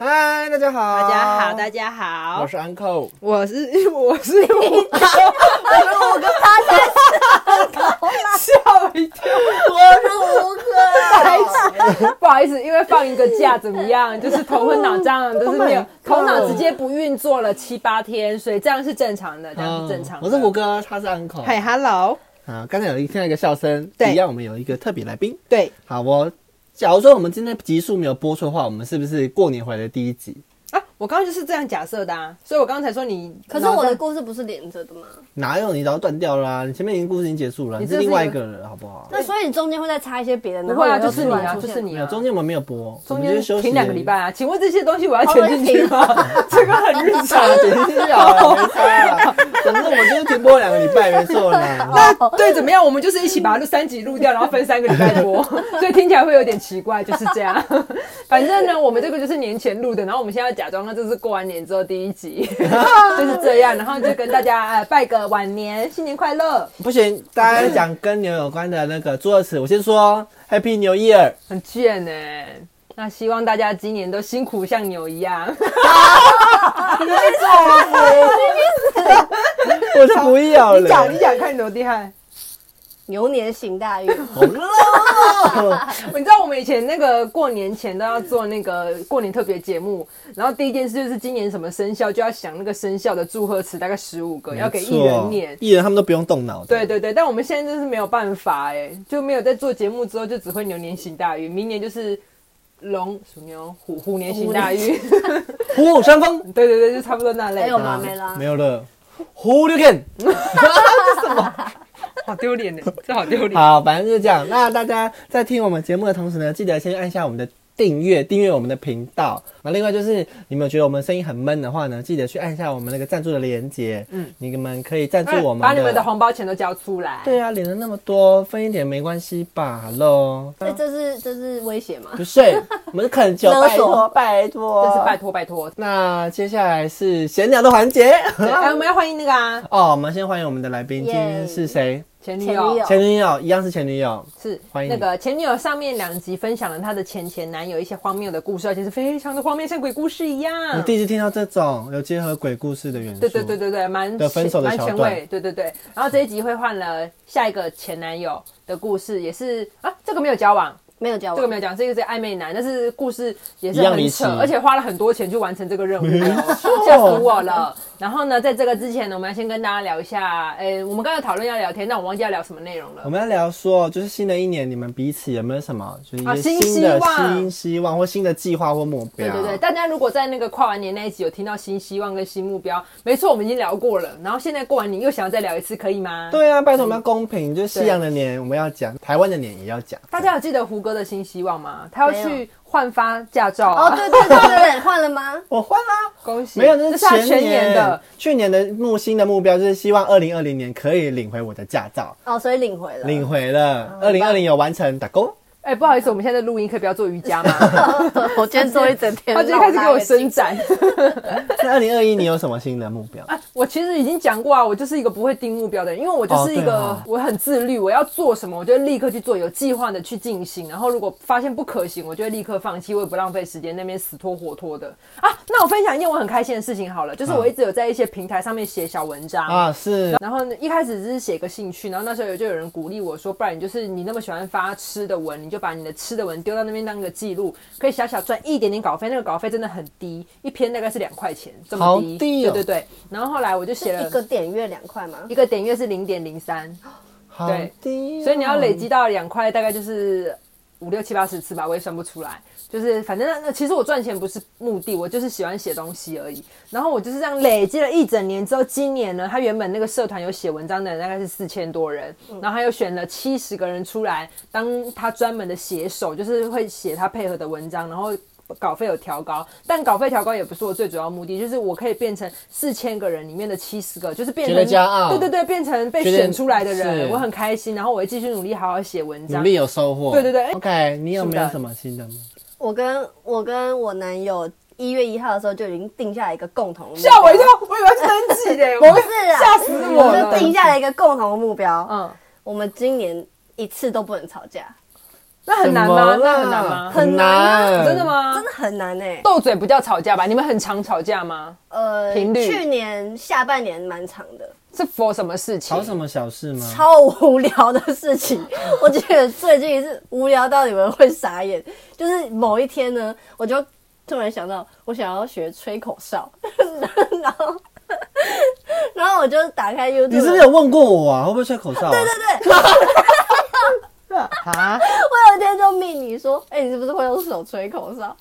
家好，大家好，大家好，我是 Uncle，哦我是 我是我我跟他在吓一跳，我是吴哥，不好意思，因为放一个假怎么样，就是头昏脑胀，就是没 Oh 有 my God 头脑直接不运作了七八天，所以这样是正常的，这样嗯是正常的。我是胡哥，他是 Uncle。嗨，Hello，啊，刚才有一听到一个笑声，对一样我们有一个特别来宾。对好，我假如说我们今天集数没有播出的话，我们是不是过年回来的第一集？啊，我刚刚就是这样假设的啊，所以我刚才说你，可是我的故事不是连着的吗？哪有你早就断掉了、啊？你前面已经故事已经结束了，你你这是是另外一个人，好不好？那所以你中间会再插一些别的，不然后会啊，我又就是你突啊，然出就现是。你没啊有，，中间我们没有播，我中们就间是休息停两个 礼拜。啊。请问这些东西我要哦我剪进去吗？ 这个很日差常。点听了，没差啦。反正我们就是停播两个礼拜，没错啦。 那对怎么样？我们就是一起把录三集录掉，然后分三个礼拜 播，所以听起来会有点奇怪，就是这样。 反正呢，我们这个就是年前录的，然后我们现在要假装那这是过完年之后第一 集，就是这样，然后就跟大家呃拜个晚年，新年快乐，不行，大家讲跟牛有关的那个祝贺词，我先说 Happy New Year。很贱呢、那希望大家今年都辛苦像牛一样， 我是不要了。讲 看你多厉害。牛年行大运， 好哦了，你知道我们以前那个过年前都要做那个过年特别节目，然后第一件事就是今年什么生肖就要想那个生肖的祝贺词，大概十五个，要给艺人念。艺人他们都不用动脑。对，对对，但我们现在真是没有办法哎、就没有在做节目之后就只会牛年行大运，明年就是龙属牛虎虎年行大运，哎虎虎生风。 对对对，就差不多那类还有的，吗？没啦没。有了。胡六天，好丢脸呢，这好丢脸。好，反正就是这样。那大家在听我们节目的同时呢，记得先按下我们的订阅，订阅我们的频道。那另外就是，你们有觉得我们声音很闷的话呢，记得去按下我们那个赞助的连接。嗯，你们可以赞助我们把你们的红包钱都交出来。对啊，领了那么多，分一点没关系吧？Hello，哎，这是这是威胁吗？不是，我们是恳求，勒拜索托，拜托，真是拜。托拜托。那接下来是闲聊的环节。哎，我们要欢迎那个啊，哦，我们先欢迎我们的来宾，今天是谁？前女前友女。友前女友，一样是前女友。是欢迎那你个前女友上面两集分享了她的前前男友一些荒谬的故事，而且是非常的荒谬，像鬼故事一样我。第一次听到这种有结合鬼故事的元素。嗯对对对对对，蛮的分手的蛮桥前段卫，对对对。然后这一集会换了下一个前男友的故事，也是啊，这个没有交往，没有交这个往没。有讲，这个是暧昧男，但是故事也一是样很离扯奇，而且花了很多钱去完成这个 任务哦，吓死我了。然后呢，在这个之前呢，我们要先跟大家聊一下，哎，我们刚才讨论要聊天，但我忘记要聊什么内容了我。们要聊说，就是新的一年你们彼此有没有什么，就是啊一新些新的希望新希望或新的计划或目标？对对对，大家如果在那个跨完年那一集有听到新希望跟新目标，没错，我们已经聊过了。然后现在过完年又想要再聊一次，可以吗？，对啊，拜托我们要公平，就是西洋的年我们要讲，台湾的年也要讲。大家有记得胡歌的新希望吗？他要没去换发驾照、啊、哦，对对对对对，换了吗？我换啦，恭喜！没有，这那是他是全前年的。，去年的目新的目标就是希望二零二零年可以领回我的驾照，哦，所以领回了。领回了。二零二零有完成，打勾。哎、不好意思，我们现在在录音，可以不要做瑜伽 吗？ 我今天做一整 天他最近开始给我伸展。那二零二一你有什么新的目标？啊我其实已经讲过啊，我就是一个不会定目标的人，因为我就是一个、哦我很自律，我要做什么我就立刻去做，有计划的去进行。然后如果发现不可行，我就会立刻放弃，我也不浪费时间那边死拖活拖的啊。那我分享一件我很开心的事情好了，就是我嗯一直有在一些平台上面写小文章。啊，是然后呢，一开始只是写个兴趣，然后那时候有就有人鼓励我说，不然你就是你那么喜欢发吃的文，你就把你的吃的文丢到那边当个记录，可以小小赚一点点稿费，那个稿费真的很低，一篇大概是两块钱，这么好低，低哦对对对。然后后来我就写了一个点阅两块吗？一个点阅是零点零三，好对低哦、所以你要累积到两块，大概就是五六七八十次吧，我也算不出来。就是反正那那其实我赚钱不是目的，我就是喜欢写东西而已。然后我就是这样累积了一整年之后，今年呢，他原本那个社团有写文章的人大概是四千多人，然后他又选了七十个人出来当他专门的写手，就是会写他配合的文章，然后。稿费有调高，但稿费调高也不是我最主要目的，就是我可以变成四千个人里面的七十个，就是变成觉得骄傲对对对，变成被觉得选出来的人，是我很开心，然后我会继续努力，好好写文章。努力有收获。对对对哎 OK，你有没是有的什么新的目标？我跟我跟我男友一月一号的时候就已经定下了一个共同的目标，吓我一跳，我以为要去登记 的，不我是啊，吓死我我们就了。嗯定下了一个共同的目标，嗯，我们今年一次都不能吵架。那很难吗？那很难吗？很难，啊嗯真的？吗？真的很难哎、斗嘴不叫吵架吧？你们很常吵架吗？呃，频率去年下半年蛮长的，是 for 什么事情吵？什么小事吗？超无聊的事情。嗯我记得最近一次无聊到你们会傻眼，就是某一天呢，我就突然想到我想要学吹口哨， 然后然后我就打开 YouTube，你是不是有问过我啊？会不会吹口哨、啊？对对啊？我有一天就命你说，哎、你是不是会用手吹口哨？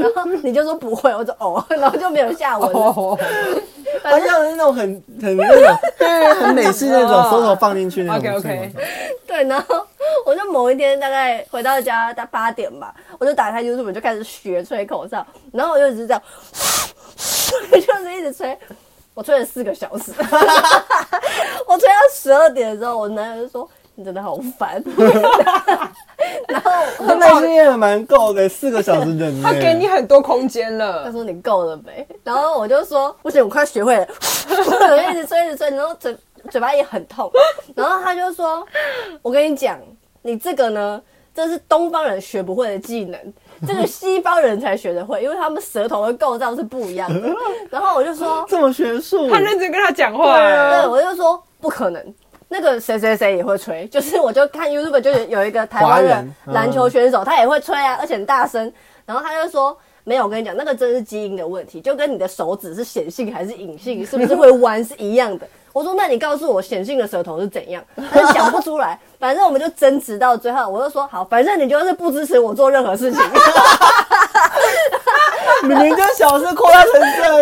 然后你就说不会，我就哦，然后就没有下文了。哦，对，好像是那种很很那种， 对，很美式那哦种，手手放进去那种。 OK，OK 对，然后我就某一天大概回到家大八点吧，我就打开 YouTube 我就开始学吹口哨，然后我就一直这样， 就是一直吹，我吹了四个小时， 我吹到十二点的时候，我男友就说你真的好烦，然后我的耐心也蛮够的，四个小时忍 他耐。给你很多空间他了。说你够了呗， 然后我就说不行，我快学会了， 我就一直吹一直吹，然后嘴嘴巴也很痛， 然后他就说，我跟你讲，你这个呢，这是东方人学不会的技能，这个西方人才学得会，因为他们舌头的构造是不一样的。然后我就说，这么学术，他认真跟他讲话、啊对，我就说不可能。那个谁谁谁也会吹， 就是我就看 YouTube 就有有一个台湾华的人嗯篮球选手，他也会吹啊，而且很大声。然后他就说：“没有，我跟你讲，那个真是基因的问题，就跟你的手指是显性还是 隐性，是不是会弯是一样的。”我说：“那你告诉我显性的舌头是怎样？”他就想不出来， 反正我们就争执到最后，我就说：“好，反正你就是不支持我做任何事情。” 明明就小事扩大成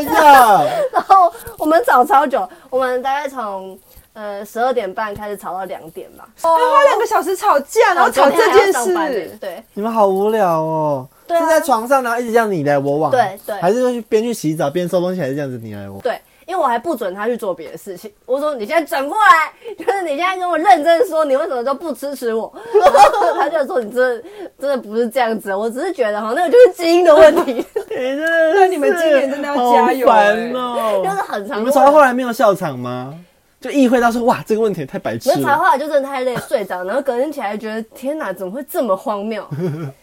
这样。然后我们吵超久，我们大概从呃十二点半开始吵到两点吧。他花两个小时吵架，然后吵这件啊昨天还要上班呢事，对你们好无聊哦。对啊是在床上，然后一直这样你来我往。啊对对还是说去边去洗澡边收东西，还是这样子你来我？对，因为我还不准他去做别的事情。我说你现在转过来， 就是你现在跟我认真说，你为什么都不支持我？然后他就说你真的真的不是这样子，啊我只是觉得哈，那个就是基因的问题，哎那你们今年真的要加油哎好烦哦。就是很常你会。们吵到后来没有笑场吗？就意会到说，哇，这个问题也太白痴没有吵了。到后来就真的太累，睡着，然后隔天起来觉得天哪，怎么会这么荒谬？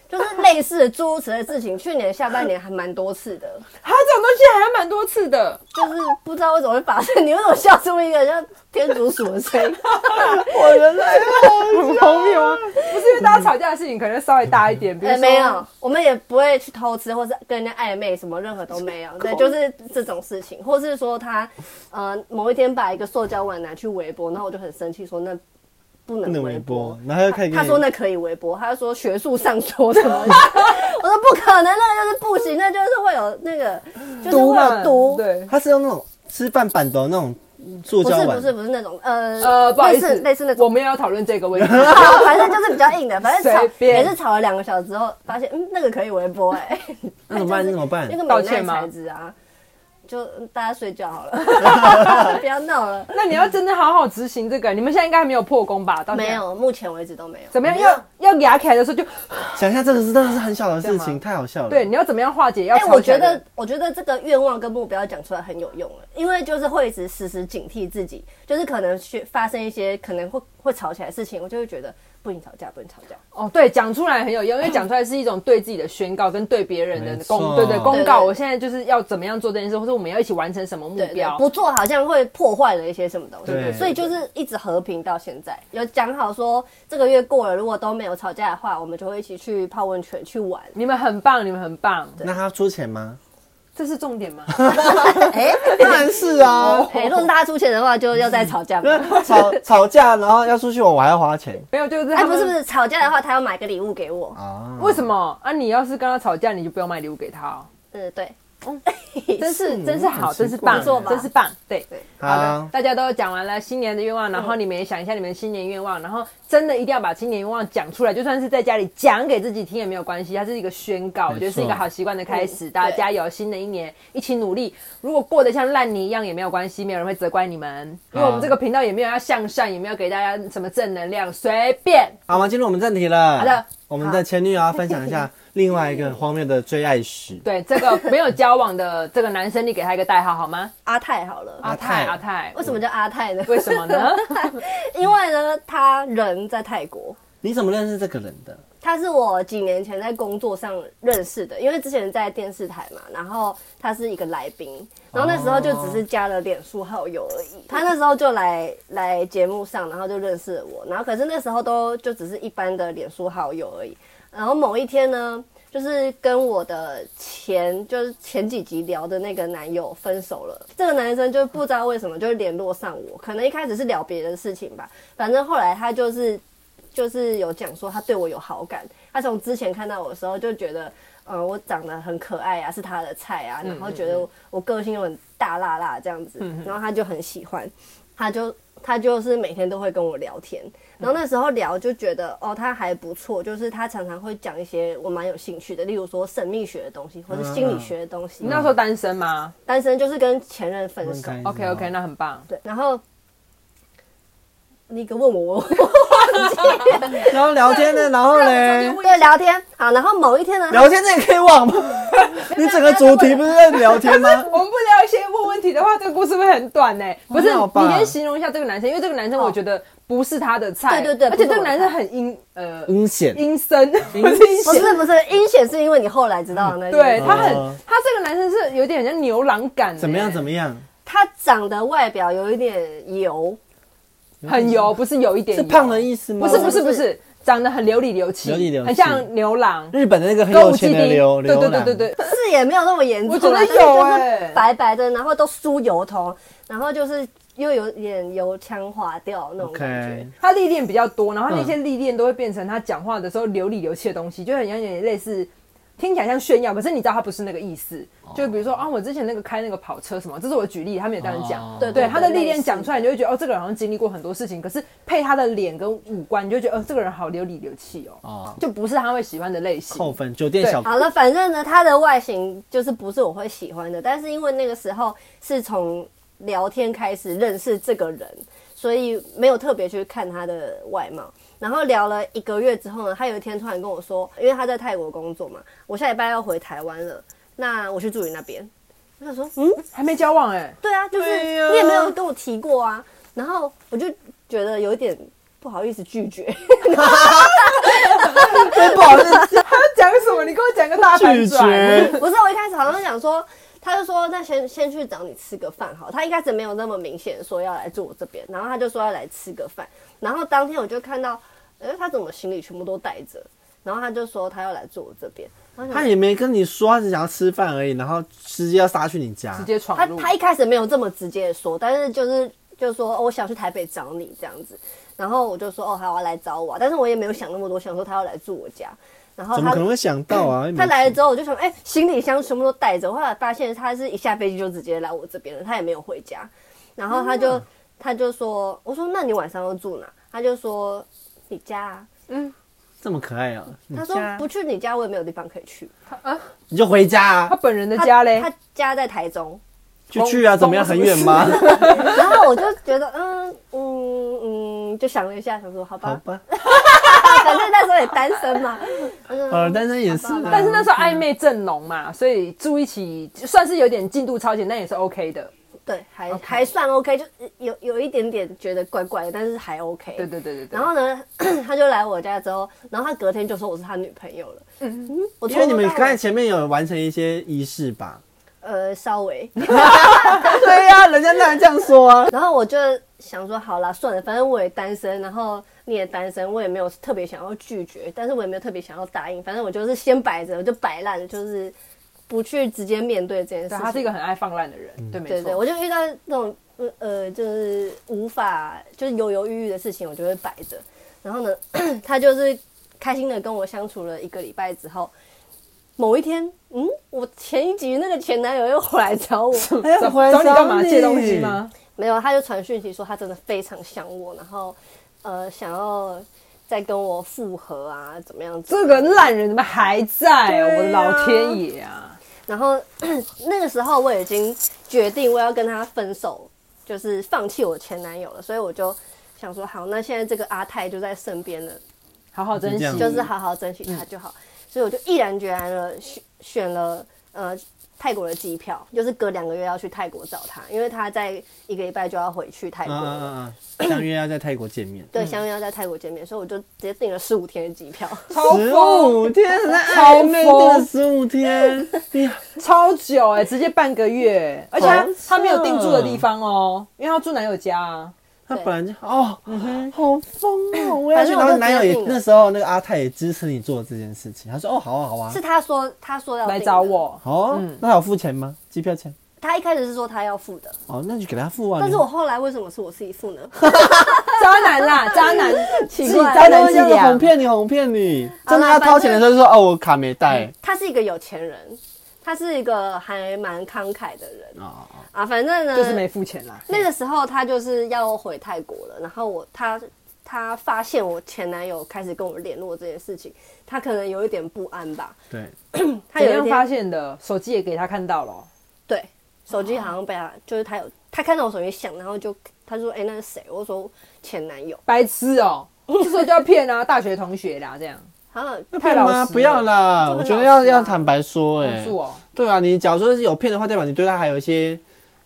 就是类似的诸如此类的事情，去年下半年还蛮多次的。他这种东西还蛮多次的。就是不知道为什么会发生，你为什么笑出一个像天竺鼠的声音？我人类很荒谬啊！不是因为大家吵架的事情可能稍微大一点，比如哎、说没有，我们也不会去偷吃，或是跟人家暧昧，什么任何都 没有。对，就是这种事情，或是说他呃某一天把一个塑胶碗拿去微波，然后我就很生气，说那不不能能微微波波。，然后又开始他说那可以微波，他说学术上说什么， 我说不可能，那个就是不行，那就是会有那个，就是毒会嘛，有毒。对，他是用那种吃饭板的那种塑不胶是碗，不是不是那种，呃呃，不好意类似思，类似那种我们也要讨论这个问题。好 反正就是比较硬的，反正随吵便也是吵了两个小时之后，发现嗯那个可以微波哎、那怎么办？那怎么办那？个道美歉奈吗材质啊，就嗯大家睡觉好了， 不要闹了。那你要真的好好执行这个，你们现在应该还没有破功吧？到现在没，有，目前为止都没有。嗯怎么样？要要牙起来的时候就想一下，这个是真的是很小的事这样吗情，太好笑了。对，，你要怎么样化解？要哎、吵我起来觉的得，我觉得这个愿望跟目标讲出来很有用了，因为就是会一直时时警惕自己，就是可能去发生一些可能会会吵起来的事情，我就会觉得不能吵架，不能吵架。哦，对，讲出来很有用，因为讲出来是一种对自己的宣告，跟对别人没的错公，对对，公对告。对我现在就是要怎么样做这件事，或者我们要一起完成什么目对对标，。不做好像会破坏了一些什么东西，对所以就是一直和平到现在。有讲好说这个月过了，如果都没有吵架的话，我们就会一起去泡温泉 去玩。你们很棒，你们很棒，那他出钱吗？这是重点 吗？哎、当然是啊。哎、如果是大家出钱的话，就要再吵架嘛。 吵吵架，然后要出去玩，我还要花钱没有，就是哎、他不们是不是，吵架的话，他要买个礼物给我。啊！为什么啊？你要是跟他吵架，你就不要买礼物给他哦。嗯，对，真是真是好，很奇真是怪棒，不错吧真是棒。对，好的好，，大家都讲完了新年的愿望，然后你们也想一下你们新年愿望，然后真的一定要把新年愿望讲出来，就算是在家里讲给自己听也没有关系，它是一个宣告，我觉得是一个好习惯的开始。嗯大家对加油，新的一年一起努力。如果过得像烂泥一样也没有关系，没有人会责怪你们，啊因为我们这个频道也没有要向善，也没有给大家什么正能量，随便。好，我们进入我们正题了。好的，我们的前女友要分享一下另外一个很荒谬的追爱史。对这个没有交往的这个男生，你给他一个代号好吗？阿泰啊好了。阿泰阿泰，为什么叫阿泰呢？为 什么呢？因为呢，他人在泰国，你怎么认识这个人的？他是我几年前在工作上认识的，因为之前在电视台嘛，然后他是一个来宾，然后那时候就只是加了脸书好友而已。他那时候就来来节目上，然后就认识了我，然后可是那时候都就只是一般的脸书好友而已。然后某一天呢，就是跟我的前就是前几集聊的那个男友分手了。这个男生就不知道为什么就联络上我，可能一开始是聊别的事情吧，反正后来他就是就是有讲说他对我有好感，他从之前看到我的时候就觉得，呃，我长得很可爱啊，是他的菜啊，然后觉得我我个性又很大辣辣这样子，然后他就很喜欢，他就他就是每天都会跟我聊天，然后那时候聊就觉得哦，他还不错，就是他常常会讲一些我蛮有兴趣的，例如说神秘学的东西或者心嗯理学的东西。你那时候单身吗单身就是跟前任分手，分开？OK OK，那很棒。对，然后你一个问我，我然后聊天呢，然后嘞，对聊天好，然后某一天 呢，聊天这也可以忘 吗？你整个主题不是在聊天吗？ 我们不聊一些问问题的话，这个故事会很短呢、欸不是，很哦好吧你先形容一下这个男生，因为这个男生我觉得不是他的菜。对对对而且不这是个我的男生很阴呃阴险，阴森，不是阴不险。是不是阴险，是因为你后来知道的那件对事他很哦，他这个男生是有点像牛郎感、怎么样？怎么么样？他长得外表有一点油，很油？不是有一点是油胖的意思吗？不是不是不不是是，长得很流里流气，流里流气很像牛郎。日本的那个很歌有舞伎钱的町，流对流对对浪对对，是也没有那么严重我觉啦，得但是有就是欸白白的，然后都梳油头，然后就是又有点油腔滑调那种感觉。 ，OK，他历练比较多，然后那嗯些历练都会变成他讲话的时候流里流气的东西，就很像有点类似。听起来像炫耀，可是你知道他不是那个意思。哦就比如说啊，我之前那个开那个跑车什么，这是我举例，他没有这样讲。哦对对他的历练类似讲出来，你就会觉得哦，这个人好像经历过很多事情。可是配他的脸跟五官，你就觉得哦，这个人好流里流气哦，哦，就不是他会喜欢的类型。扣分，酒店小好了，反正呢，他的外形就是不是我会喜欢的，但是因为那个时候是从聊天开始认识这个人，所以没有特别去看他的外貌。然后聊了一个月之后呢，他有一天突然跟我说，因为他在泰国工作嘛，我下礼拜要回台湾了，那我去住你那边。我想说，嗯，还没交往哎、 对啊，就是对呀你也没有跟我提过啊。然后我就觉得有一点不好意思拒绝，不好意思，他讲什么？你给我讲个大反拒转。绝。不是，我一开始好像想说，他就说那先先去找你吃个饭好。他一开始没有那么明显说要来住我这边，然后他就说要来吃个饭。然后当天我就看到，哎、他怎么行李全部都带着？然后他就说他要来住我这边。然后他想也没跟你说，他只想要吃饭而已，然后直接要杀去你家，直接闯他入。他一开始没有这么直接的说，但是就是就说、哦我想去台北找你这样子。然后我就说哦好啊，来找我、啊。但是我也没有想那么多，想说他要来住我家。然后怎么他可能会想到啊？他来了之后，我就想，哎、行李箱全部都带着。后来发现他是一下飞机就直接来我这边了，他也没有回家。然后他哦就、他就说，我说那你晚上要住哪？他就说你家、啊。这么可爱啊！他说不去你家，我也没有地方可以去。你就回家他啊，本人的他家嘞，他家在台中。就去啊，疯怎么样？很远吗？ 然后我就觉得，嗯嗯嗯，就想了一下，想说好 好吧，吧，反正那时候也单身嘛。嗯呃，单身也是啊，但是那时候暧昧正浓啊嘛，所以住一起算是有点进度超前，但也是 OK 的。对，还 OK 还算 OK，就有有一点点觉得怪怪的，但是还 OK。对对对对对。然后呢， 他就来我家之后，然后他隔天就说我是他女朋友了。嗯，我因为你们从头到刚才尾前面有完成一些仪式吧？呃稍微，对呀、人家当然这样说啊。然后我就想说好啦，算了，反正我也单身，然后你也单身，我也没有特别想要拒绝，但是我也没有特别想要答应，反正我就是先摆着，我就摆烂了，就是不去直接面对这件事对，啊情。他是一个很爱放烂的人，对，没嗯对对，错。我就遇到那种呃呃，就是无法就是犹犹豫豫的事情，我就会摆着。然后呢， 他就是开心的跟我相处了一个礼拜之后，某一天，嗯，我前一集那个前男友又回来找我，哎呀找回来找你找干嘛？你借东西吗？没有，他就传讯息说他真的非常想我，然后呃想要再跟我复合啊，怎么样？子。这个烂人怎么还在？对啊我的老天爷啊！然后 那个时候我已经决定我要跟他分手，就是放弃我前男友了，所以我就想说，好，那现在这个阿泰就在身边了，好好珍就这样嗯惜，就是好好珍惜他就好。所以我就毅然决然的选选了呃泰国的机票，就是隔两个月要去泰国找他，因为他在一个礼拜就要回去泰国啊了。啊啊！相约要在泰国见面，对，相约要在泰国见面，所以我就直接订了十五天的机票。超十疯五天，那超暧昧定疯了十五天，哎你超久哎、直接半个月，而且他好扯他没有定住的地方哦，因为他住男友家啊。他对嗯本来就哦，好疯哦！我要反去，然正我后就男决友也定了那时候那个阿泰也支持你做这件事情，他说哦，好啊，好啊 是，他说他说要来订找的，我，好啊，那他有付钱吗？机票钱？他一开始是说他要付的，哦，那就给他付啊。但是你我后来为什么是我自己哦付呢？渣男啦，渣 男，奇自己怪渣他男啊都伎这样子俩哄。骗你，哄骗你，好真的啦要掏钱的时候就说哦，我卡没带 他是一个有钱人，他是一个还蛮慷慨的人啊，啊，反正呢，就是没付钱啦，那个时候他就是要回泰国了，然后我他他发现我前男友开始跟我联络这件事情，他可能有一点不安吧。对，他怎有一样发天现的？手机也给他看到了哦，对手机好像被他就是他有他看到我手机响，然后就他说哎、那是谁？我说前男友，白痴哦， 这时候就要骗啊， 大学同学啦，这样好像太老实吗？了不要啦，这我很觉得老要实啊要坦白说，控哎，诉哦，对啊，你假如说是有骗的话，代表你对他还有一些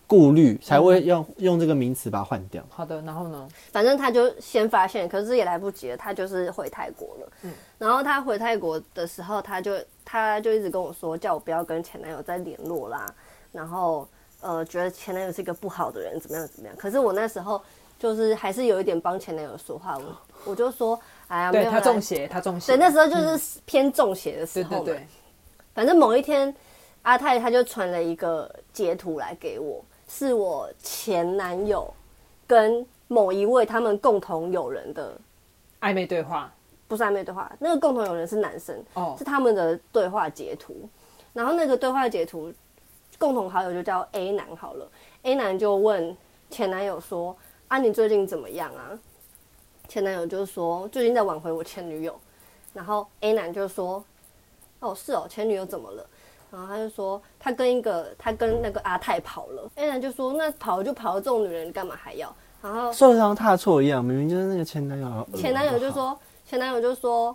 顾虑，才嗯会用用这个名词把它换掉。好的，然后呢？反正他就先发现，可是也来不及了，他就是回泰国了。嗯然后他回泰国的时候，他就他就一直跟我说，叫我不要跟前男友再联络啦。然后呃，觉得前男友是一个不好的人，怎么样怎么样。可是我那时候就是还是有一点帮前男友说话，我我就说，哎呀，没对有他啦中邪，他中邪。对，那时候就是偏中邪的时对候嘛。对对，反正某一天，阿泰他就传了一个截图来给我，是我前男友跟某一位他们共同友人的，暧昧对话不是暧昧对话，那个共同友人是男生，哦是，他们的对话截图。然后那个对话截图，共同好友就叫 A 男好了，A 男就问前男友说：“啊，你最近怎么样啊？”前男友就说：“最近在挽回我前女友。”然后 A 男就说：“哦，是哦，前女友怎么了？”然后他就说：“他跟一个他跟那个阿泰跑了。”A 男就说：“那跑了就跑了，这种女人你干嘛还要？”然后受伤踏错一样，明明就是那个前男友。前男友就说：“前男友就说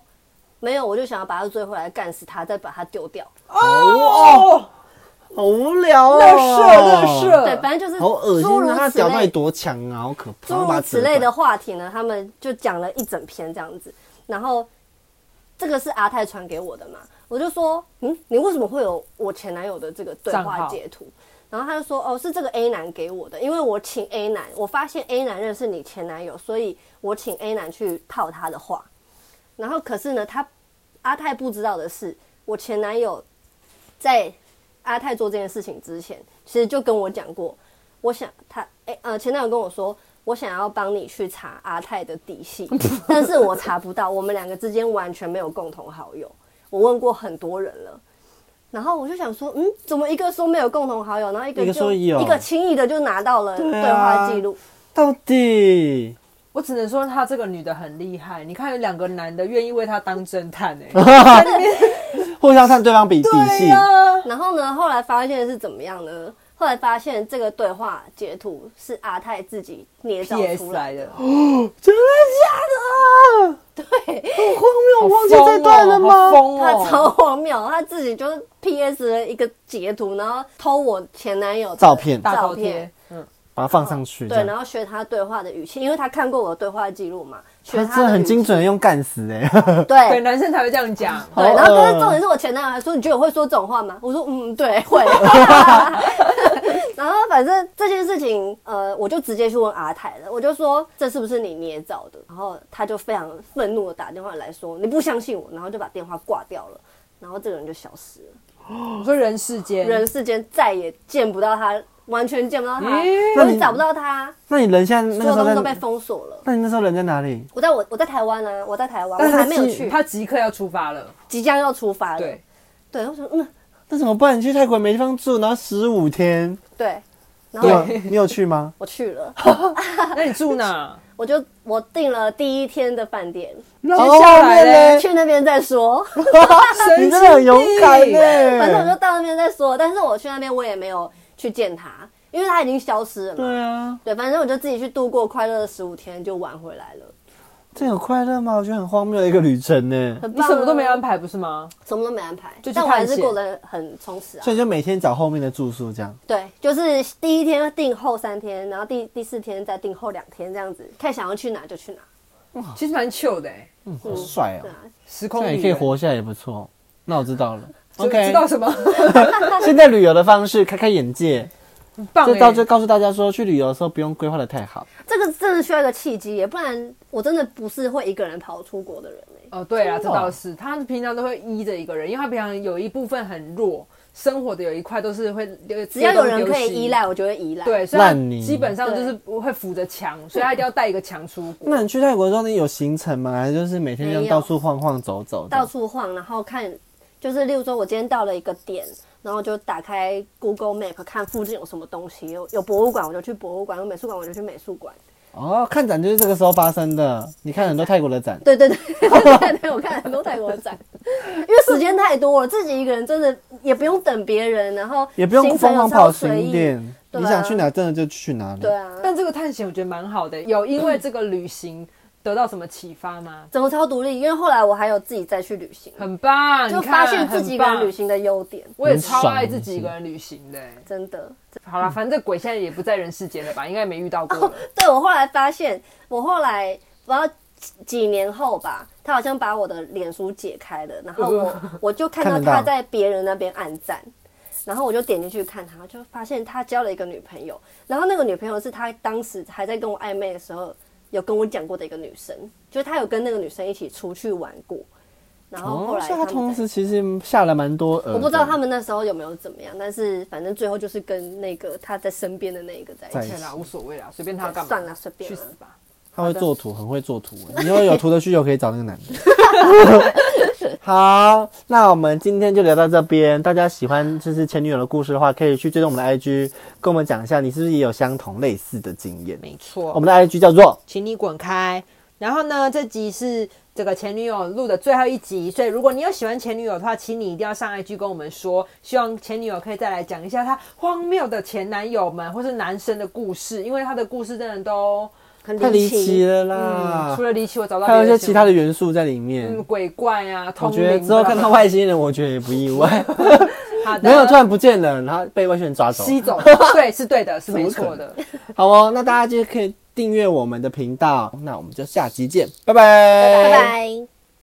没有，我就想要把他追回来，干死他，再把他丢掉。”哦，好无聊哦，乐色乐色对，反正就是呃好恶诸心如啊！他此屌到底类，多强啊，好可怕！诸我把如它此折类的断，话题呢，他们就讲了一整篇这样子。然后这个是阿泰传给我的嘛，我就说，嗯，你为什么会有我前男友的这个对账话号 截图？然后他就说，哦，是这个 A 男给我的，因为我请 A 男，我发现 A 男认识你前男友，所以我请 A 男去套他的话。然后可是呢，他阿泰不知道的是，我前男友在阿泰做这件事情之前，其实就跟我讲过，我想他哎、呃前男友跟我说，我想要帮你去查阿泰的底细，但是我查不到，我们两个之间完全没有共同好友。我问过很多人了，然后我就想说，嗯，怎么一个说没有共同好友，然后一个一就个说有一个轻易的就拿到了对对啊话记录，到底我只能说她这个女的很厉害。你看有两个男的愿意为她当侦探 哎、在那边互相看对方比底对细，呀、然后呢，后来发现是怎么样呢？后来发现这个对话截图是阿泰自己捏造 p 出 s 来来的， 的，真的假的？对，好荒谬！我忘记这段了哦好吗？疯他哦，超荒谬，他自己就是 PS 了一个截图，然后偷我前男友的照片大照头片贴，，嗯，把它放上去，这对，样然后学他对话的语气，因为他看过我的对话记录嘛，学他他真的的很语气精，准的用干死哎，对，对。男生才会这样讲。对，好然后但恶是重点是我前男友还说你觉得我会说这种话吗？我说嗯，对，会。 然后反正这件事情，呃，我就直接去问阿泰了，我就说这是不是你捏造的？然后他就非常愤怒的打电话来说你不相信我，然后就把电话挂掉了，然后这个人就消失了。我说人世间，人世间再也见不到他，完全见不到他，咦我也找不到他， 那你人现在那所个时有东西候都被在，封锁了。那你那时候人在哪里？我在我我在台湾啊，我在台湾，但我是还没有他是去，哎他即刻要出发了，即将要出发了。对，对，我说嗯那怎么办？你去泰国没地方住，然后十五天，对，然你后有对你有去 吗？我去了，那你住 哪？我就我订了第一天的饭店，接接下来嘞去那边再说。你真的很勇敢欸神经病呢。反正我就到那边再说，但是我去那边我也没有去见他，因为他已经消失了嘛。对啊，对，反正我就自己去度过快乐的十五天，就玩回来了。这有快乐吗？我觉得很荒谬的一个旅程呢。很你棒、啊。什么都没，安排不是吗？什么都没安排就，去但我还探是险过得很充实啊所。以就每天找后面的住宿这样。对，就是第一天订后三天，然后第第四天再订后两天，这样子看想要去哪就去哪。其实蛮 chill 的哎，嗯，好帅哦对、啊，时这空样旅也可以人活下来也不错。那我知道了。知知 OK，道什么？现在旅游的方式开开眼界，很棒这到哎就，告诉大家说，去旅游的时候不用规划的太好。这个真的需要一个契机耶，不然我真的不是会一个人跑出国的人哎。哦，对啊，真这的哦倒是，他平常都会依着一个人，因为他平常有一部分很弱，生活的有一块都是会留，只只要有人可以依，赖，我就会依赖。，对，所以他烂泥基本上就是不会扶着墙，所以他一定要带一个墙出国。那你去泰国的时候，你有行程吗？还是就是每天这样没有到处晃晃走走这到样？处晃，然后看，就是例如说，我今天到了一个点，然后就打开 Google Map 看附近有什么东西，有有博物馆我就去博物馆，有美术馆我就去美术馆。哦，看展就是这个时候发生的。你看很多泰国的展，对对对对对对，我看很多泰国展，因为时间太多了，自己一个人真的也不用等别人，然后也不用行程疯有狂时候跑随景意。点，对啊你想去哪真的就去哪里。对啊，但这个探险我觉得蛮好的，有因为这个旅行得到什么启发吗？整个超独立，因为后来我还有自己再去旅行，很棒，就你看发现自己一个人旅，很行的优点，棒我也很爽超爱自己一个人旅行的欸。真的。好了，反正鬼现在也不在人世间了吧，应该没遇到过了。对我后来发现，我后来我要几年后吧，他好像把我的脸书解开了，然后我我就看到看得到他在别人那边按赞，然后我就点进去看他，就发现他交了一个女朋友，然后那个女朋友是他当时还在跟我暧昧的时候有跟我讲过的一个女生，就是他有跟那个女生一起出去玩过，然后后哦，来所以他他们同在时其实下了蛮多饵的。我不知道他们那时候有没有怎么样，但是反正最后就是跟那个他在身边的那一个在一在起一对起。啦，无所谓啦，随便他干嘛。算了随便去啦死吧。他会做图，很会做图。欸你要有图的需求可以找那个男 的。好，那我们今天就聊到这边。大家喜欢就是前女友的故事的话，可以去追踪我们的 IG，跟我们讲一下你是不是也有相同类似的经验。没错，我们的 IG 叫做请你滚开。然后呢，这集是这个前女友录的最后一集，所以如果你有喜欢前女友的话，请你一定要上 IG 跟我们说，希望前女友可以再来讲一下她荒谬的前男友们或是男生的故事，因为她的故事真的都，很太离奇了嗯，啦除，了离奇，我找到还有一别些其他的的元素在里面。嗯鬼怪啊，我通觉得灵。之后看到外星人，我觉得也不意外。 没有突突然然不见了，然后被外星人抓走。吸走，对，是对的，是没错的，好哦，那大家就可以订阅我们的频道。那我们就下集见，拜拜拜。